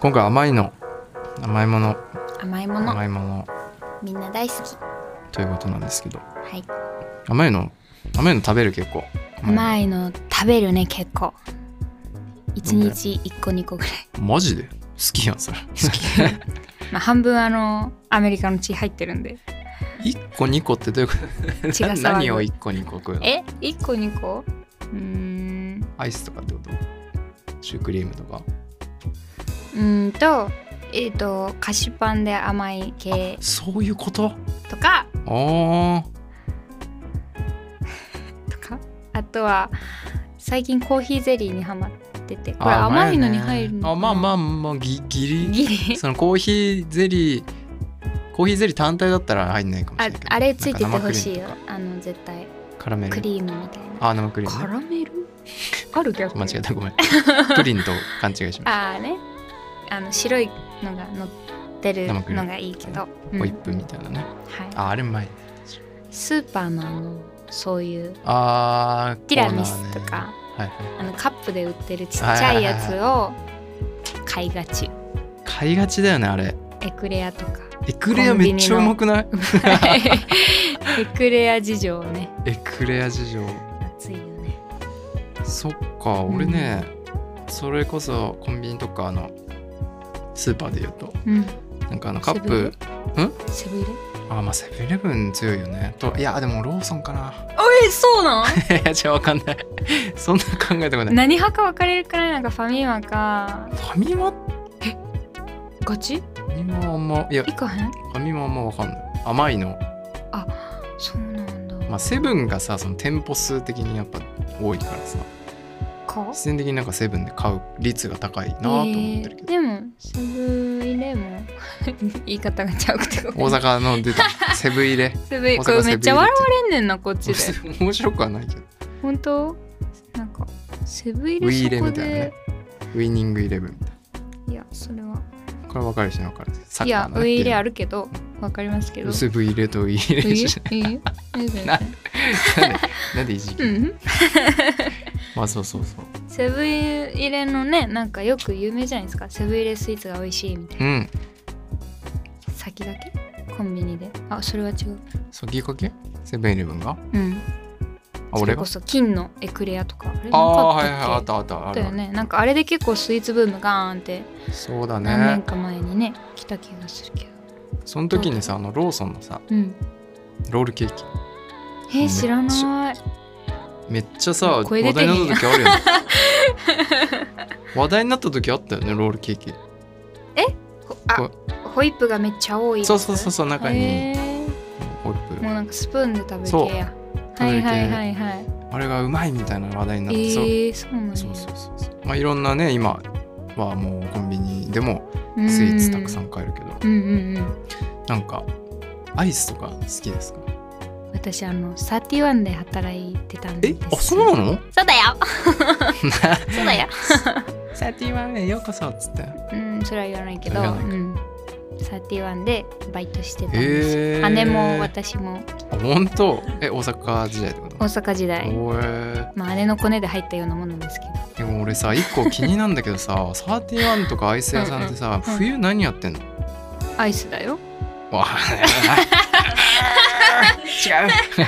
今回甘いの甘いもの甘いもの甘いものみんな大好きということなんですけどはい甘いの甘いの食べる結構甘いの食べるね結構1なんで日1個2個ぐらいマジで好きやんそれ まあ半分あのアメリカの血入ってるんで1個2個ってどういうこと血が騒ぐ何を1個2個食うのえ1個2個うーんアイスとかってことシュークリームとかうーんとえっ、と菓子パンで甘い系そういうこととかああとかあとは最近コーヒーゼリーにはまっててこれあ甘いのに前ね入るのあまあまああまあぎギリギリそのコーヒーゼリーコーヒーゼリー単体だったら入んないかもしあれないけどあれついててほしいよなんかあの絶対生クリームとかカラメルクリームみたいなあ生クリームカね、ラメルある逆に間違えたごめんプリンと勘違いしましああねあの白いのが乗ってるのがいいけど、うたんホイはいッ、プみたいなねああれうまいスーパーのあのそういうあーティラミスとコーか、ナーねはいはいあのカップで売ってるちっちゃいやつを買いがち買いがちだよねあれエクレアと かエクレアめっちゃうまくないエクレア事情ねエクレア事情熱いよねそっか俺ね、それこそコンビニとかあのスーパーで言うとうんなんかあのカッセブンプセブン入れあまあセブンイレブン強いよねといやでもローソンかな えそうなのいやじゃあわかんないそんな考えたことない何派か分かれるくらいなんかファミマかファミマフガチァミマあんまいやいかへんファミマあんまわかんない甘いのそうなんだ、まあセブンがさその店舗数的にやっぱ多いからさか必然的になんかセブンで買う率が高いなと思ってるえけど、ーでもセブンイレも言い方がちゃうく てごめん大阪の出 たセブン入れセブン大阪これめっちゃセブン入れ笑われんねんなこっちで面白くはないけど本当なんかセブンイウレィそーレこみたいなでねウィニングイレブンみたいいやそれはなこれ分かる人は分かるサいやウィーレあるるけどわかりますけど薄 V レとウィーレウ じ ィゃーレウィーレなないなんでなんでいじうる、んまあそうそうそうセブンイレのねなんかよく有名じゃないですかセブンイレスイーツが美味しいみたいうんな先だけコンビニであそれは違う先駆けセブンイレブンがうんあそれ俺こがそ金のエクレアとかあれなああかーっはいたはいっけあったあったあだるよねなんかあれで結構スイーツブームガーンってそうだ何年ねか前にね来た気がするけど、その時にさあのローソンのさうんロールケーキえー知らないめっちゃさ声話出て題へんやんになった時あるよね 話題になった時あったよねロールケーキほあこホイップがめっちゃ多いそうそうそううそう中にへホイッープもうなんかスプーンで食べそうる系や食はべいる系はいはいはいあれがうまいみたいな話題になってそうえー、そうなんやそうそうそうそうまあいろんなね今はもうコンビニでもうんスイーツたくさん買えるけど、うんうんうんなんかアイスとか好きですか私あのサーティワンで働いてたんですののそう だよそうだよサティワンへようこそっつってうんそれは言わないけど言わないかうんサーティワンでバイトしてたんですよ、へえ姉も私もあ本当え大阪時代ってこと大阪時代おえまあ、姉のコネで入ったようなものですけどでも俺さ一個気になんだけどさサーティワンとかアイス屋さんってさうんうん冬何やってんのアイスだよ わ違う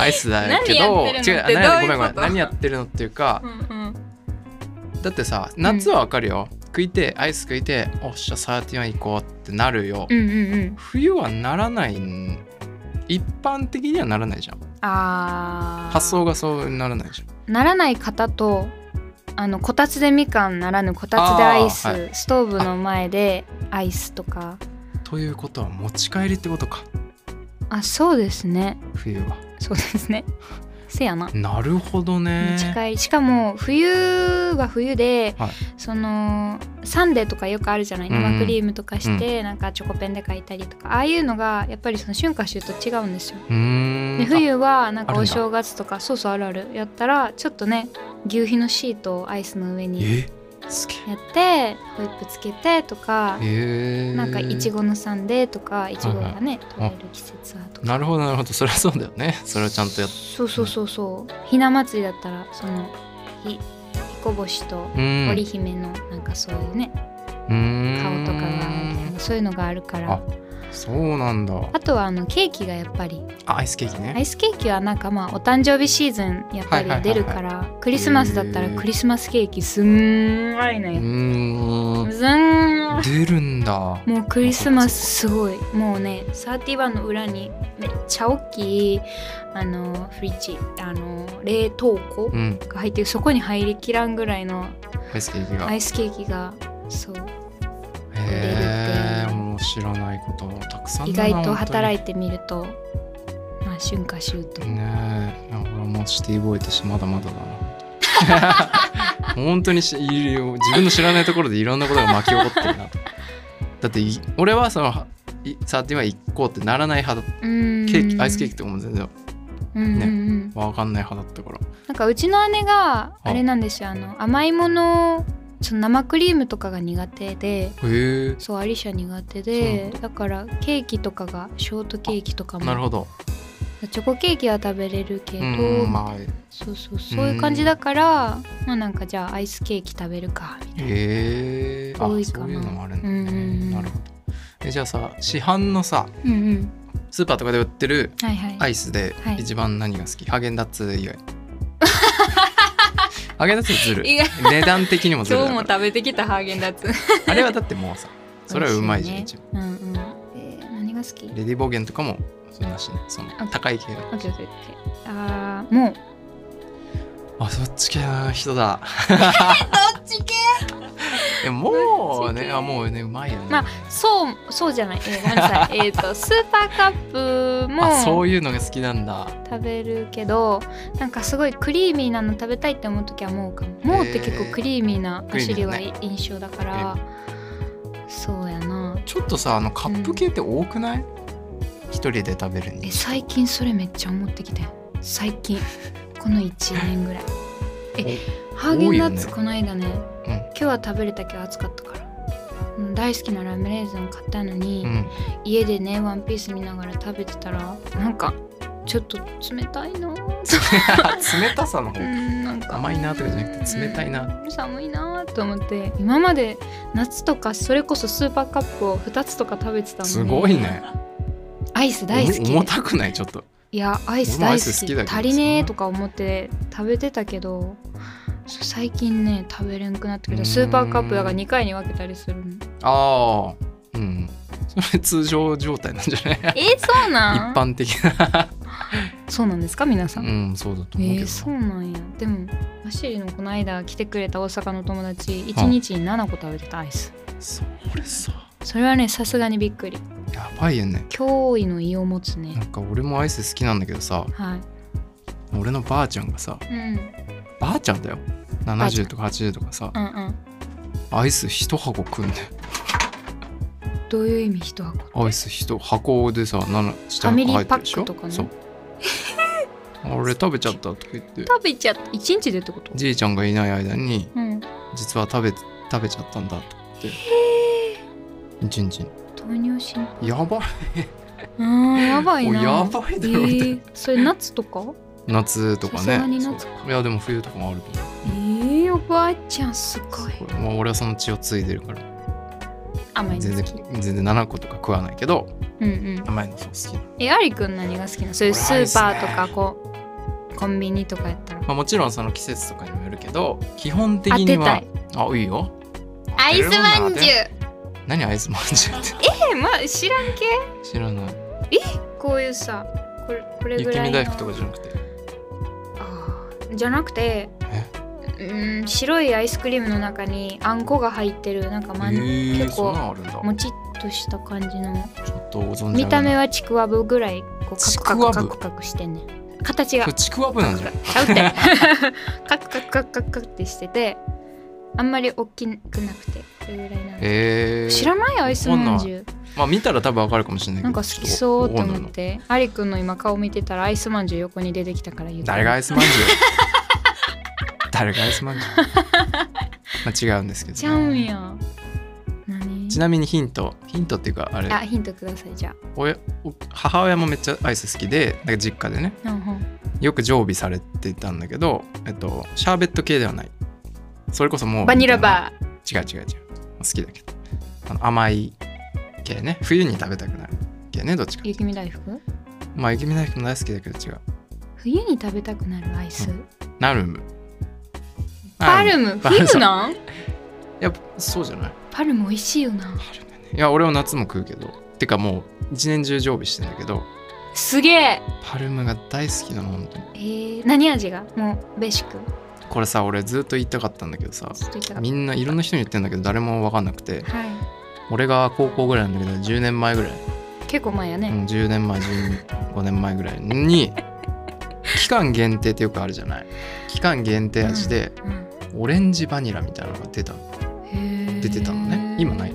アイスだけど何やってるのって違う何ごめんどうごいうめこんと何やってるのっていうかうんうんだってさ夏はわかるよ、食いてアイス食いておっしゃサーティワン行こうってなるよ、うんうん冬はならないん一般的にはならないじゃんあー発想がそうならないじゃんならない方とあのこたつでみかんならぬこたつでアイス、あーストーブの前でアイスとかということは持ち帰りってことかあそうですね冬はそうです ねせやななるほどね持ち帰りしかも冬は冬で、はいそのサンデーとかよくあるじゃないうんうん生クリームとかして、なんかチョコペンで書いたりとかああいうのがやっぱりその春夏秋冬違うんですようーんで冬はなんあかるんおだ正月とかそうそうあるあるやったらちょっとね牛皮のシートをアイスの上あにえすげやってホイップつけてとかええーなんかいちごのサンデーとかいちごがねは取れいる季節はとかなるほどなるほどそれはそうだよねそれはちゃんとやっそうそうそうそうひな祭りだったらそのひ彦星とうん織姫のなんかそういうねうーん顔とかがそういうのがあるからあそうなんだあとはあのケーキがやっぱりあアイスケーキアねイスケーキはなんかまあお誕生日シーズンやっぱり出るから、クリスマスだったらクリスマスケーキすんごいうのよ、ーんずんごい出るんだもうクリスマスすごいもうね31の裏にめっちゃ大きいあのフリッジあの冷凍庫うんが入ってるそこに入りきらんぐらいのアイスケーキがアイスケーキがそうへえもう知らないことたくさん意だな外と働いいてみるとまあ春夏秋冬、ねえいや俺はもうシティボーイとしてまだまだだな 本当にしいるよ自分の知らないところでいろんなことが巻き起こってるなとだってい俺はそのい31は行こうってならない派だうんケーキアイスケーキとかも全然うんうんうん、わかんない派だったからなんかうちの姉があれなんですよあの甘いものその生クリームとかが苦手でへえそうアリシャ苦手そうでだからケーキとかがショートケーキとかなるもほどチョコケーキは食べれるけど、うんまあへそうそうそういう感じだからまあなんかじゃあアイスケーキ食べるかみたいな、えあ多いかそなういうのもあるんだうんうんうんねなるほどえじゃあさ市販のさうんうんスーパーとかで売ってるはいはい、アイスではい一番何が好き、ハーゲンダッツ 以外ハーゲンダッツずる意外値段的にもずる今だ日もから食べてきたハーゲンダッツあれはだってもう さそれはうまいじゃん、美味一し応ねうんうんえー何が好きレディボーゲンとかもそんなしそのあ高い系オッケーオッケーオッケーあーもうあそっち系な人だどっち系えもうそっちね系あもうねうまいよね、まあそうそうじゃない、えー、ごめんな さいえっとスーパーカップあそもういうのが好きなんだ食べるけどなんかすごいクリーミーなの食べたいって思う時はもうかももうって結構クリーミーなおクリ尻ーミはー印象だから、そうやなちょっとさあのカップ系って多くない、一人で食べるにえ最近それめっちゃ思ってきたよ最近この1年ぐらいえハーゲンダッツ多いよねこの間ねうん今日は食べれたけど暑かったからうん大好きなラムレーズン買ったのに、うん 家でねワンピース見ながら食べてたらなんかちょっと冷たいな冷たさの方うんなんか甘いなとかじゃなくて冷たいなうん寒いなと思って今まで夏とかそれこそスーパーカップを2つとか食べてたのにすごいねアイス大好おき重たくないちょっといやアイス俺もア大イ好スき好きだけど足りねえとか思って食べてたけどそう最近ね食べれんくなってくうーるんスーパーカップだから2回に分けたりするのああうんそれ通常状態なんじゃないえー、そう一なん般的なそうなんですか皆さん、うんそうだと思うえけど、ー、そうなんやでもマシリのこの間来てくれた大阪の友達1日に7個食べてたアイスそれさそれはねさすがにびっくりやばいよね驚異の胃を持つなねんか俺もアイス好きなんだけどさは俺のばあちゃんがさい、うん、ばあちゃんだよあちゃん70とか80とかさうんうんアイス一箱食うんだよどういう意味一箱アイス一箱でさ7下ファミにリ入ーっパてッるクでしょとかねそう 俺食べちゃったとか言って食べちゃった1日でってことじいちゃんがいない間にうん実は食べ食べちゃったんだと思って一日に糖尿心やばいうんやばいなおやばえいだろみたいなー、それ夏とか夏とかさすがねに夏かそういやでも冬とかもあるけどえー、おばあちゃんすごいこれまあ、俺はその血を継いでるから甘い全の好然き全然7個とか食わないけどうんうん甘いのそう好き、まえアリくん何が好きなのそういうスーパーとかこうコンビニとかやったらあ、もちろんその季節とかにもよるけど基本的当にてたはいあいいよアイスまんじゅう当てる何アイスまんじゅうってえまあ知らんけ知らないこういうさこれこれぐ雪らい見の大福とかじゃなくてあーじゃなくてうん白いアイスクリームの中にあんこが入ってるなんかまん、ええー、結そ構んなんあるんだもちっとした感じのちょっとご存知見た目ははちくわぶぐらいこうカちクくカわクぶカクカクしてんねん形がちくわぶなんじゃんちゃうってカクカクカクカクカクってしててあんまり大きくなくてこれぐらいなの、ええー、知らないアイスまんじゅうまあ見たら多分わかるかもしれないけどなんか好きそうと思っちょっとてアリくんの今顔見てたらアイスまんじゅう横に出てきたから言う誰がアイスまんじゅう誰がアイスまんじゅうまあ違うんですけど、ちゃうんや何ちなみにヒントヒントっていうかあれあヒントくださいじゃおやお母親もめっちゃアイス好きでなんか実家でねあ、うんうん、よく常備されてたんだけど、えっと、シャーベット系ではないそれこそもうバニラバー違う違う違う好きだけどあの甘い系ね冬に食べたくなる系ねどっちか雪見大福まあ雪見大福も大好きだけど違う冬に食べたくなるアイス、うナルムパルムパルム冬なんやっぱそうじゃないパルム美味しいよなねいや俺は夏も食うけどてかもう一年中常備してんだけどすげえパルムが大好きなの本当にえー、何味がもうベーシックこれさ俺ずっと言いたかったんだけどさちょっと言ったかっみんないろんな人に言ってんだけど誰も分かんなくてたはい俺が高校ぐらいなんだけど10年前ぐらい、結構前やうね、ん、10年前15年前ぐらいに期間限定ってよくあるじゃない期間限定味でうんオレンジバニラみたいなのが出たへー出てたのね今ない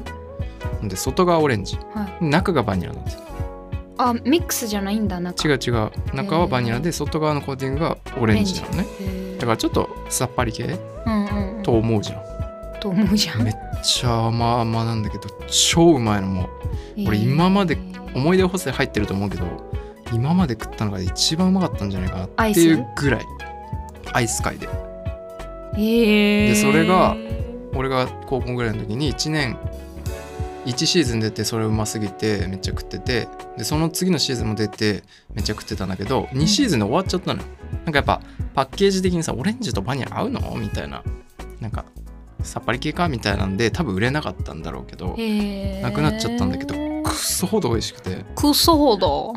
んで外側オレンジはい中がバニラなんですよあミックスじゃないんだなんか違うう違う中はバニラで外側のコーティングがオレンジなのねだからちょっとさっぱり系うんうんうんと思うじゃんと思うじゃんめっちゃ甘々なんだけど超うまいのもう俺今までへー思い出補正入ってると思うけど今まで食ったのが一番うまかったんじゃないかなっていうぐらいアイス界でへーでそれが俺が高校ぐらいの時に1年1シーズン出てそれうますぎてめっちゃ食っててでその次のシーズンも出てめっちゃ食ってたんだけど2シーズンで終わっちゃったのよなんかやっぱパッケージ的にさオレンジとバニラ合うのみたいななんかさっぱり系かみたいなんで多分売れなかったんだろうけどへーなくなっちゃったんだけどクソほど美味しくてクソほど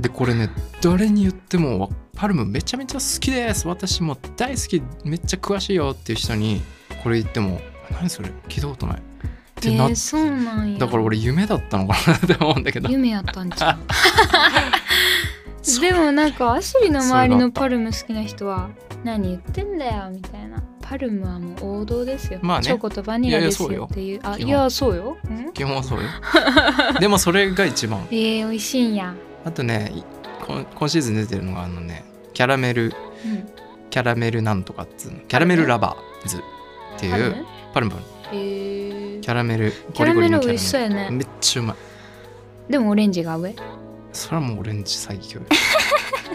でこれね誰に言ってもわ「パルムめちゃめちゃ好きです私もう大好きめっちゃ詳しいよ」っていう人にこれ言っても「何それ聞いたことない」ってなっえーそうなんやだから俺夢だったのかな って思うんだけど夢やったんち ゃそううでもなんかアシュリの周りそうだっのたパルム好きな人は何言ってんだよみたいなパルムはもう王道ですよ、まあねチョコとバニラですいやいやよっていう基本あいやそうよん基本はそうよでもそれが一番えー、美味しいんや、あとねい今今シーズン出てるのがあのねキャラメルうん、キャラメルなんとかっつうのキャラメルラバーズってパいルムうパルムパルムえー、キャラメルキャラメル美味しそうやラねメルめっちゃうまいでもオレンジが上それはもうオレンジ最強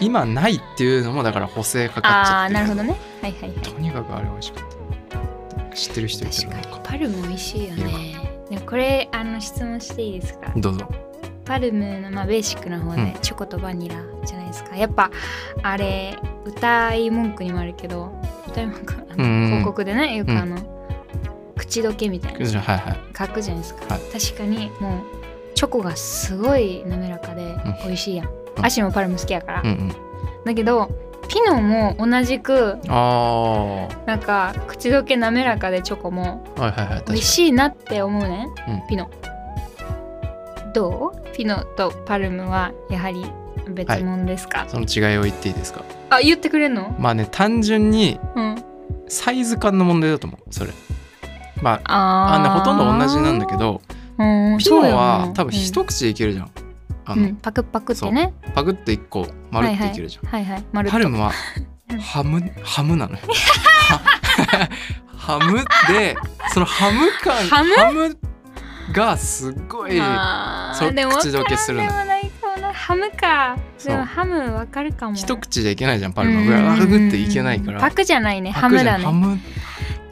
今ないっていうのもだから補正かかっちゃあっあてなるほどねはいはいはいとにかくあれ美味しかった知ってる人いた確らかなんにかパルム美味しいよいるねでもこれあの質問していいですかどうぞパルムの、まあ、ベーシックな方で、うんチョコとバニラじゃないですかやっぱあれ歌い文句にもあるけど歌い文句あのうんうん広告でねよくうんあの、口どけみたいなじゃあはいはい書くじゃないですか、はい確かにもうチョコがすごい滑らかでん美味しいやん、んアシもパルム好きやから、うんうんだけどピノも同じくあなんか口どけ滑らかでチョコもあはいはいはい確か美に味しいなって思うね、うんピノどうピノとパルムはやはり別物ですか、その違いを言っていいですかあ言ってくれんのまあね単純にうんサイズ感の問題だと思うそれまあああのねほとんど同じなんだけどど、うん、ピノそうやはな多分一口でいけるじゃん、あうんの、うんパクパクってねパクって一個丸っていけるじゃん、はいはい丸っパとルムはうんハムハムなのよ。 ハハムでそのハム感ハムがすごいあそうーでも口どけするのわからんでもないかもなハムかそうでもハムわかるかも一口じゃいけないじゃんパルムはパクっていけないからパクじゃないねハパクムじだゃんねハム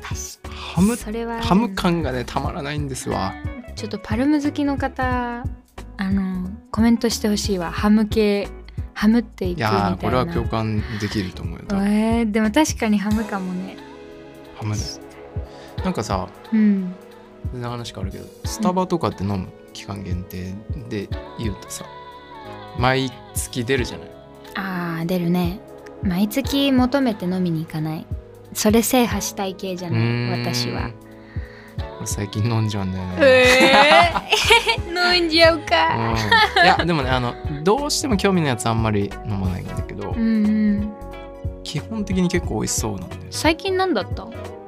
確ハかにムそれはあるハム感がねたまらないんですわ。ちょっとパルム好きの方あのコメントしてほしいわハム系ハムっていくいみたいやなーこれは共感できると思うよ。多分えーでも確かにハムかもねハムでなんかさうん全然話変わるけどスタバとかって飲む期間限定で言うとさ毎月出るじゃない。あー出るね毎月求めて飲みに行かないそれ制覇したい系じゃうなーいん私は俺最近飲んじゃうんだよね。えー、 飲んじゃうかうんいやでもねあのどうしても興味のやつあんまり飲まないんだけど、うんうん基本的に結構美味しそうなんで最近なんだった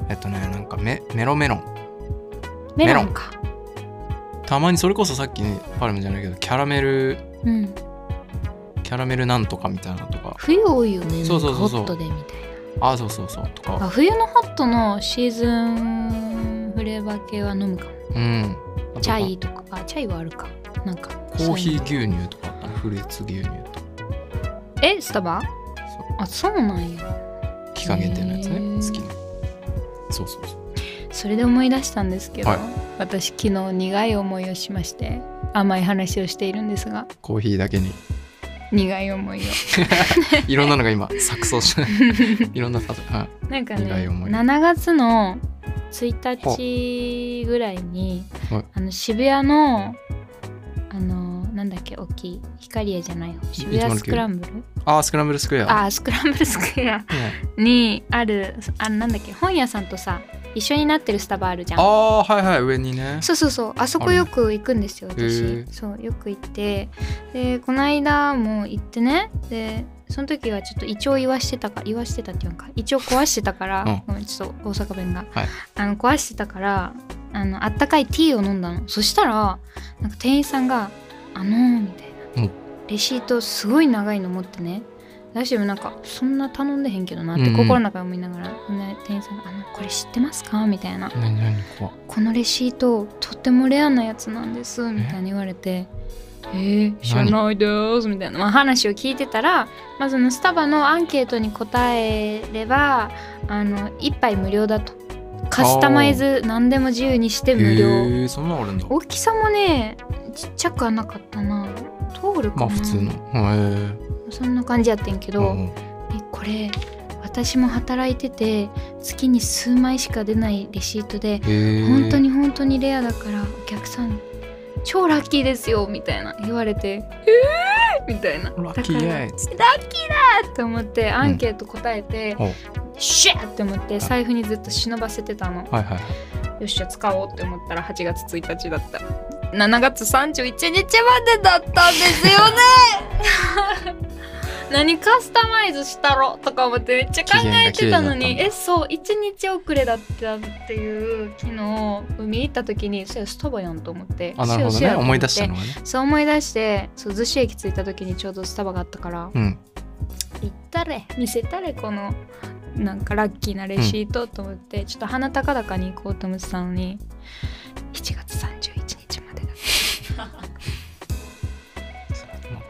えっとねなんかメメロメロンメメロロンンかたまにそれこそさっきパルムじゃないけどキャラメルうんキャラメルなんとかみたいなのとか冬多いよねそうそうそうそなうんかホットでみたいなあそうそうそうとあか冬のホットのシーズンフレーバー系は飲むかもうんあとチャイとかあチャイはあるかなんかコーヒそういうー牛乳とかあったのフルーツ牛乳とかのえスタバそあそうなんやう期間限定のやつねへー好きなそうそうそうそれで思い出したんですけど、はい私昨日苦い思いをしまして甘い話をしているんですがコーヒーだけに苦い思いをいろんなのが今錯綜して いろんなパターンはいなんか苦いね思い7月の1日ぐらいにはいあの渋谷のあのなんだっけ大きいヒカリエじゃない方渋谷スクランブルあースクランブルスクエアあースクランブルスクエアねにあるあのなんだっけ本屋さんとさ一緒になってるスタバあるじゃんあーはいはい上にねそうそうそうあそこよく行くんですよあるねへ私ーそうよく行ってでこの間も行ってねでその時はちょっと胃腸言わしてたか言わしてたっていうのか胃腸壊してたから、うんごめんちょっと大阪弁が、はいあの壊してたからあのあったかいティーを飲んだのそしたらなんか店員さんが「あのー」みたいな、うんレシートすごい長いの持ってね私でもなんかそんな頼んでへんけどなってうんうん心の中で思いながら、ね店員さんが「あのこれ知ってますか?」みたいな何何怖っこのレシートとってもレアなやつなんですみたいに言われて「えー、知らないです」みたいな、まあ、話を聞いてたら、まあ、そのスタバのアンケートに答えればあの1杯無料だとカスタマイズ何でも自由にして無へ料ーそんなのあるんだ大きさもねちっちゃくはなかったな通るかな、まあ普通のへえそんな感じやってんけど、うんうんえこれ私も働いてて月に数枚しか出ないレシートでへえ本当に本当にレアだからお客さん超ラッキーですよみたいな言われてえー、みたいなラッキだーイからエーイっつってと思ってアンケート答えて、ほうシャーって思って財布にずっと忍ばせてたのよはいはいっしゃ使おうって思ったら8月1日だった7月31日までだったんですよね 何カスタマイズしたろとか思ってめっちゃ考えてたの期限が綺麗になったんにだえそう1日遅れだったっていう昨日海行った時にそうやスタバやんと思ってあなるほどそうやそうやとね思思っいて出したのがねそう思い出してそう逗子駅着いた時にちょうどスタバがあったからうん行ったれ見せたれこのなんかラッキーなレシートと思って、ちょっと鼻高々に行こうと思ってたのに7月31日までだ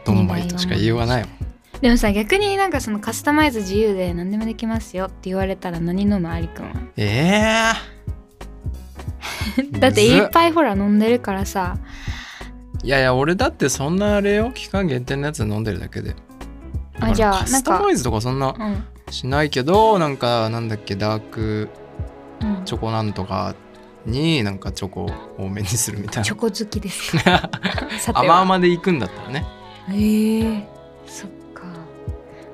ドンマイとしか言いようがないもんでもさ逆になんかそのカスタマイズ自由で何でもできますよって言われたら何飲むありくんはええ だっていっいぱいほら飲んでるからさいやいや俺だってそんなあれよ期間限定のやつ飲んでるだけでだからあじゃあカスタマイズとかそんなうんしないけどなんかなんだっけダークうんチョコなんとかになんかチョコ多めにするみたいチョコ好きです かなさて甘は々で行くんだったらねへえそっか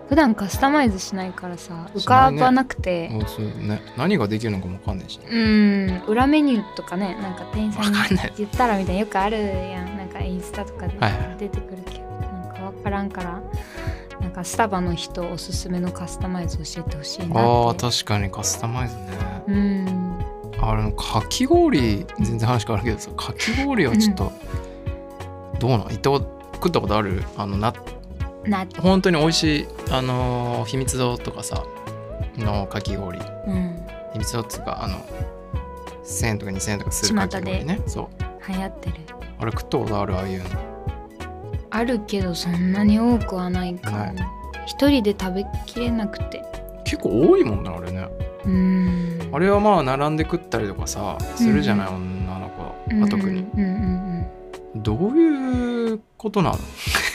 普段カスタマイズしないからさ浮しなかいねばなくてもうそうね何ができるのかもわかんないしねうん裏メニューとかねなんか店員さんにわかんない言ったらみたいなよくあるやんなんかインスタとかではいはい出てくるけど、なんかわからんからなんかスタバの人おすすめのカスタマイズ教えてほしいあなっーて確かにカスタマイズねうんあれかき氷全然話変わるけどさかき氷はちょっとどうなん行ったこと食ったことあるあのなな本当に美味しいあのー秘密堂とかさのかき氷うん秘密堂っつうかあの1000円とか2000円とかするかき氷ねそう流行ってるあれ食ったことあるああいうのあるけどそんなに多くはないかはらい一人で食べきれなくて結構多いもんなあれねうんあれはまあ並んで食ったりとかさするじゃない、う女の子うんうはん特に、うんうんどういうことなの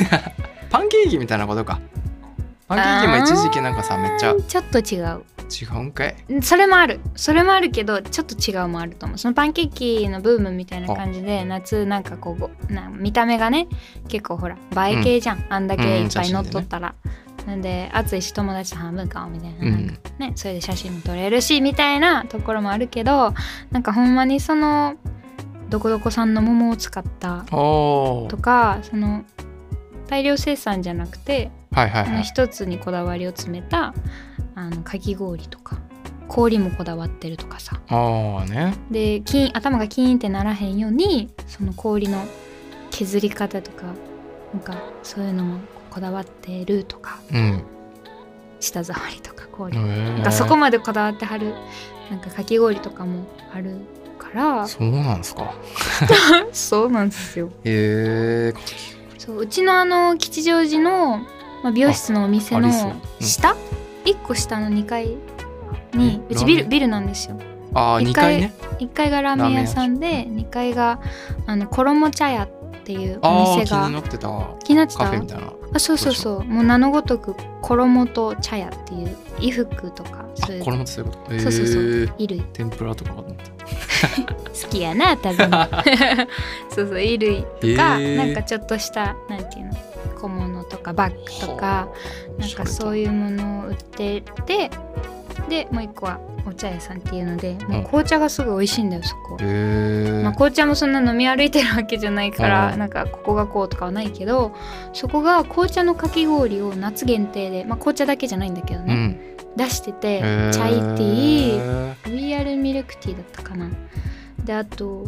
パンケーキみたいなことかパンケーキも一時期なんかさうんめっちゃちょっと違う違うんかいそれもあるそれもあるけどちょっと違うもあると思うそのパンケーキのブームみたいな感じで夏なんかこうごな見た目がね結構ほら映え系じゃん、あんだけいっぱい乗っとったら、なんで暑いし友達と半分かみたいな,、うなんかんねそれで写真も撮れるしみたいなところもあるけどなんかほんまにそのどこどこさんの桃を使ったおとーかその大量生産じゃなくてはいはいあはのい一つにこだわりを詰めたあのかき氷とか氷もこだわってるとかさああねでキーン頭がキーンってならへんようにその氷の削り方とかなんかそういうのもこだわってるとかうん舌触りとか氷、ななんかそこまでこだわってはるなんかかき氷とかもあるからそうなんですか そうなんですよへえそううちのあの吉祥寺の、まあ、美容室のお店ああのりそううん下、一1個下の2階にえうちビルラーメンビルなんですよああ一2回階ね1階がラーメン屋さんで2階があの衣茶屋っていうおああ店気にながってたわ気になってカたフェみたいなあそうそうそうもう名のごとく衣と茶屋っていう衣服とかあそういうこれもそういうことえそうそうそうー衣類天ぷらとかかと思った好きやな食べ るのそうそう衣類とか、へーなんかちょっとしたなんていうの小物とかバッグとかはあなんかそういうものを売っててでもう一個はお茶屋さんっていうのでもう紅茶がすごい美味しいんだよそこおしゃれだへ。えまあ、紅茶もそんな飲み歩いてるわけじゃないから、うんなんかここがこうとかはないけどそこが紅茶のかき氷を夏限定で、まあ、紅茶だけじゃないんだけどうね、ん出しててへーチャイティーロイヤルミルクティーだったかなであと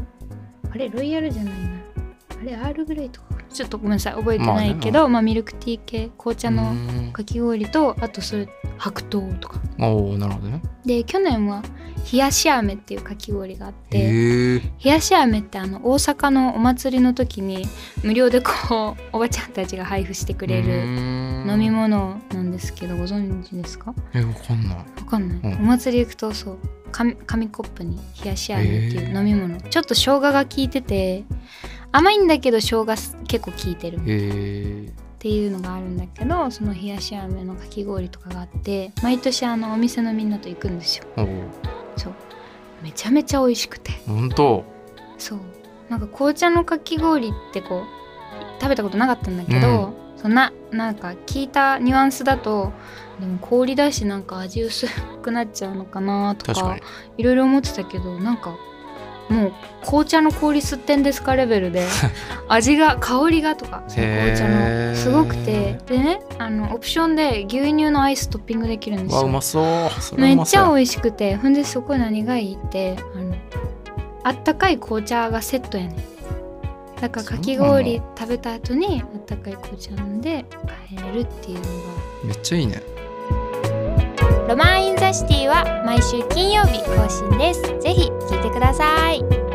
あれロイヤルじゃないなあれアールグレイとかかなちょっとごめんなさい覚えてないけど、まあミルクティー系紅茶うのんかき氷とあとそれ白桃とかおおなるほどねで去年は冷やし飴っていうかき氷があって、へえ冷やし飴ってあの大阪のお祭りの時に無料でこう おばちゃんたちが配布してくれる飲飲み物なんですけどご存知ですかえわかんないわかんない、うんお祭り行くとそう紙紙コップに冷やし飴っていへうー飲み物、ちょっと生姜が効いてて甘いんだけど生姜す結構効いてるっへえていうのがあるんだけどその冷やし飴のかき氷とかがあって毎年あのお店のみんなと行くんですよおおそうめちゃめちゃ美味しくて本当そうなんか紅茶のかき氷ってこう食べたことなかったんだけど、そんななんか聞いたニュアンスだとでも氷だしなんか味薄くなっちゃうのかなとか確かにいろいろ思ってたけどなんかもう紅茶の氷吸ってんですかレベ ルで味が香りがとかその紅茶へーのすごくてでねあのオプションで牛乳のアイストッピングできるんですわようまそうそれはめうっまちそうゃ美味しくてほんでそこ何がいいってあのあったかい紅茶がセットやねんだからかき氷食べた後にあったかい紅茶飲んで帰れるっていうのめっちゃいいねが「ロマン・イン・ザ・シティ」は毎週金曜日更新ですぜひ聞いてください